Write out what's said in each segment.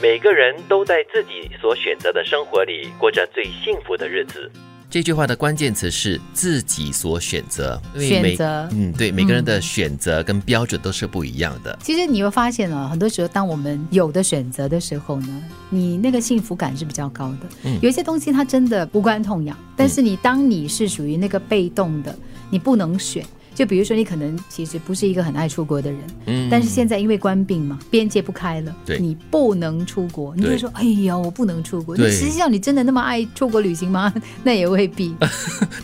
每个人都在自己所选择的生活里过着最幸福的日子。这句话的关键词是自己所选择，因为选每择嗯，对，每个人的选择跟标准都是不一样的。其实你会发现哦，很多时候当我们有的选择的时候呢，你那个幸福感是比较高的。嗯有一些东西它真的无关痛痒，但是你当你是属于那个被动的，你不能选。就比如说，你可能其实不是一个很爱出国的人，嗯但是现在因为官病嘛，边界不开了，对你不能出国，你就对说：“哎呀，我不能出国。”对你实际上你真的那么爱出国旅行吗？ 那也 未必。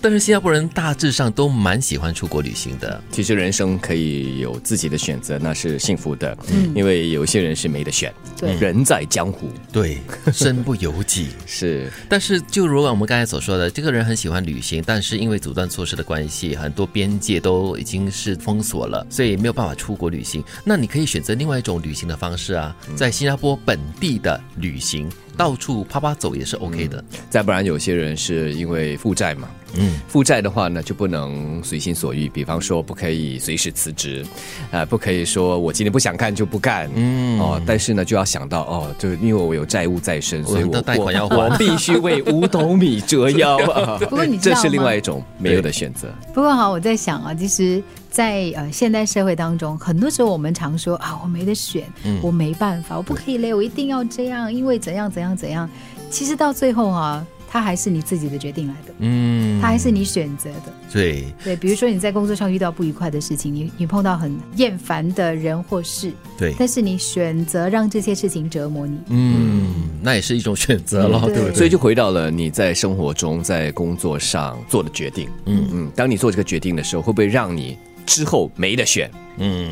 但是新加坡人大致上都蛮喜欢出国旅行的，其实人生可以有自己的选择，那是幸福的，嗯因为有些人是没得选。对人在江湖对， 身不由己。是但是，就如我们刚才所说的，这个人很喜欢旅行，但是因为阻断措施的关系，很多边界都已经是封锁了，所以没有办法出国旅行。那你可以选择另外一种旅行的方式啊，在新加坡本地的旅行，到处啪啪走也是 OK 的。再不然有些人是因为负债嘛，嗯，负债的话呢就不能随心所欲，比方说不可以随时辞职，啊、不可以说我今天不想干就不干，嗯，哦，但是呢就要想到哦，就因为我有债务在身，所以我我的贷款要我还我必须为五斗米折腰啊。 不过你知这道吗是另外一种没有的选择，不过哈，我在想啊，其实在，呃现代社会当中，很多时候我们常说啊，我没得选，嗯我没办法，我不可以嘞，我一定要这样，因为怎样怎样怎样。其实到最后啊，它还是你自己的决定来的，嗯，它还是你选择的。对，对，比如说你在工作上遇到不愉快的事情，你你碰到很厌烦的人或事，对，但是你选择让这些事情折磨你。嗯，那也是一种选择咯，嗯对不对？所以就回到了你在生活中、在工作上做的决定。嗯嗯，当你做这个决定的时候，会不会让你之后没得选？嗯，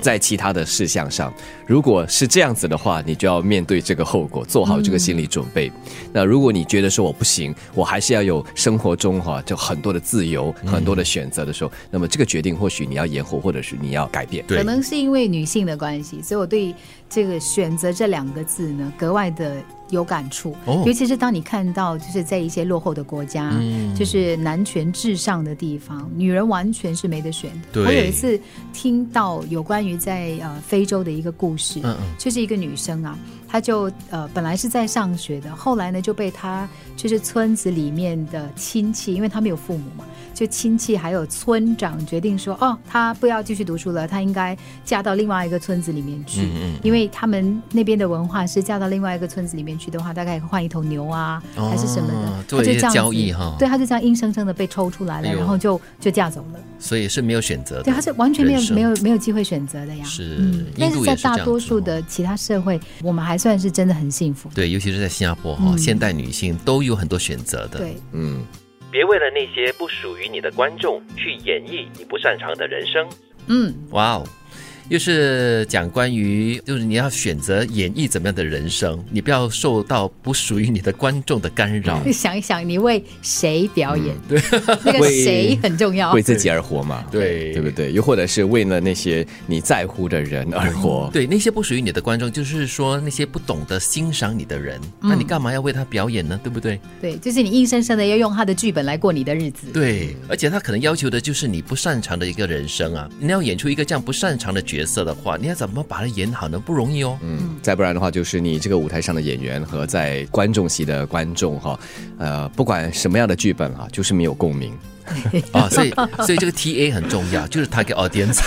在其他的事项上，如果是这样子的话，你就要面对这个后果，做好这个心理准备。嗯那如果你觉得说我不行，我还是要有生活中哈、就很多的自由、嗯很多的选择的时候，那么这个决定或许你要延后，或者是你要改变。对可能是因为女性的关系，所以我对这个“选择”这两个字呢，格外的有感触。哦尤其是当你看到，就是在一些落后的国家，嗯就是男权至上的地方，女人完全是没得选的。对我有一次听到有关于在呃非洲的一个故事，嗯嗯就是一个女生啊，她就呃本来是在上学的，后来呢就被她就是村子里面的亲戚，因为她没有父母嘛，就亲戚还有村长决定说，哦，她不要继续读书了，她应该嫁到另外一个村子里面去，嗯嗯因为他们那边的文化是嫁到另外一个村子里面去的话，大概换一头牛啊、哦还是什么的，做一她就些这样子交易哈对，她就这样硬生生的被抽出来了，哎呦然后就就嫁走了，所以是没有选择的。对，她是完全没有人生没有没有机会选择的呀，是嗯，但印度在也是这大样多子数哦的其他社会，我们还算是真的很幸福。对，尤其是在新加坡哈、嗯现代女性都有很多选择的。对，嗯，别为了那些不属于你的观众去演绎你不擅长的人生。嗯， 哇哦，又是讲关于就是你要选择演绎怎么样的人生，你不要受到不属于你的观众的干扰。嗯想一想，你为谁表演？嗯对， 那个为谁很重要为。自己而活嘛，啊对对不对？又或者是为了那些你在乎的人而 活。对那些不属于你的观众，就是说那些不懂得欣赏你的人，嗯那你干嘛要为他表演呢？对不对？对，就是你硬生生的要用他的剧本来过你的日子。嗯对，而且他可能要求的就是你不擅长的一个人生啊。你要演出一个这样不擅长的角色的话，你要怎么把它演好呢？不容易哦。嗯，再不然的话，就是你这个舞台上的演员和在观众席的观众哈，呃，不管什么样的剧本哈、就是没有共鸣。啊，所以所以这个 T A 很重要，就是 target audience。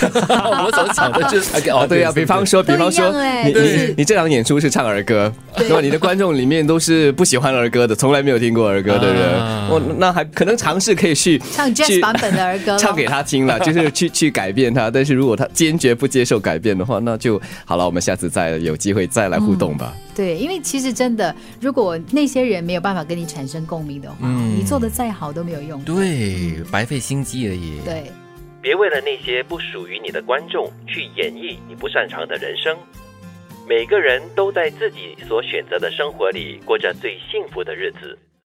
我 所讲的就是 target audience。对啊，比方说，比方说都一样，哎你对你你这场演出是唱儿歌，对吧？你的观众里面都是不喜欢儿歌的，从来没有听过儿歌的人，啊我那还可能尝试可以去唱 jazz 去版本的儿 歌咯唱给他听 了，就是去去改变他。但是如果他坚决不接受改变的话，那就好了，我们下次再有机会再来互动吧。对，因为其实真的，如果那些人没有办法跟你产生共鸣的话，嗯你做的再好都没有用。对，白费心机而已。，对，别为了那些不属于你的观众去演绎你不擅长的人生。每个人都在自己所选择的生活里过着最幸福的日子。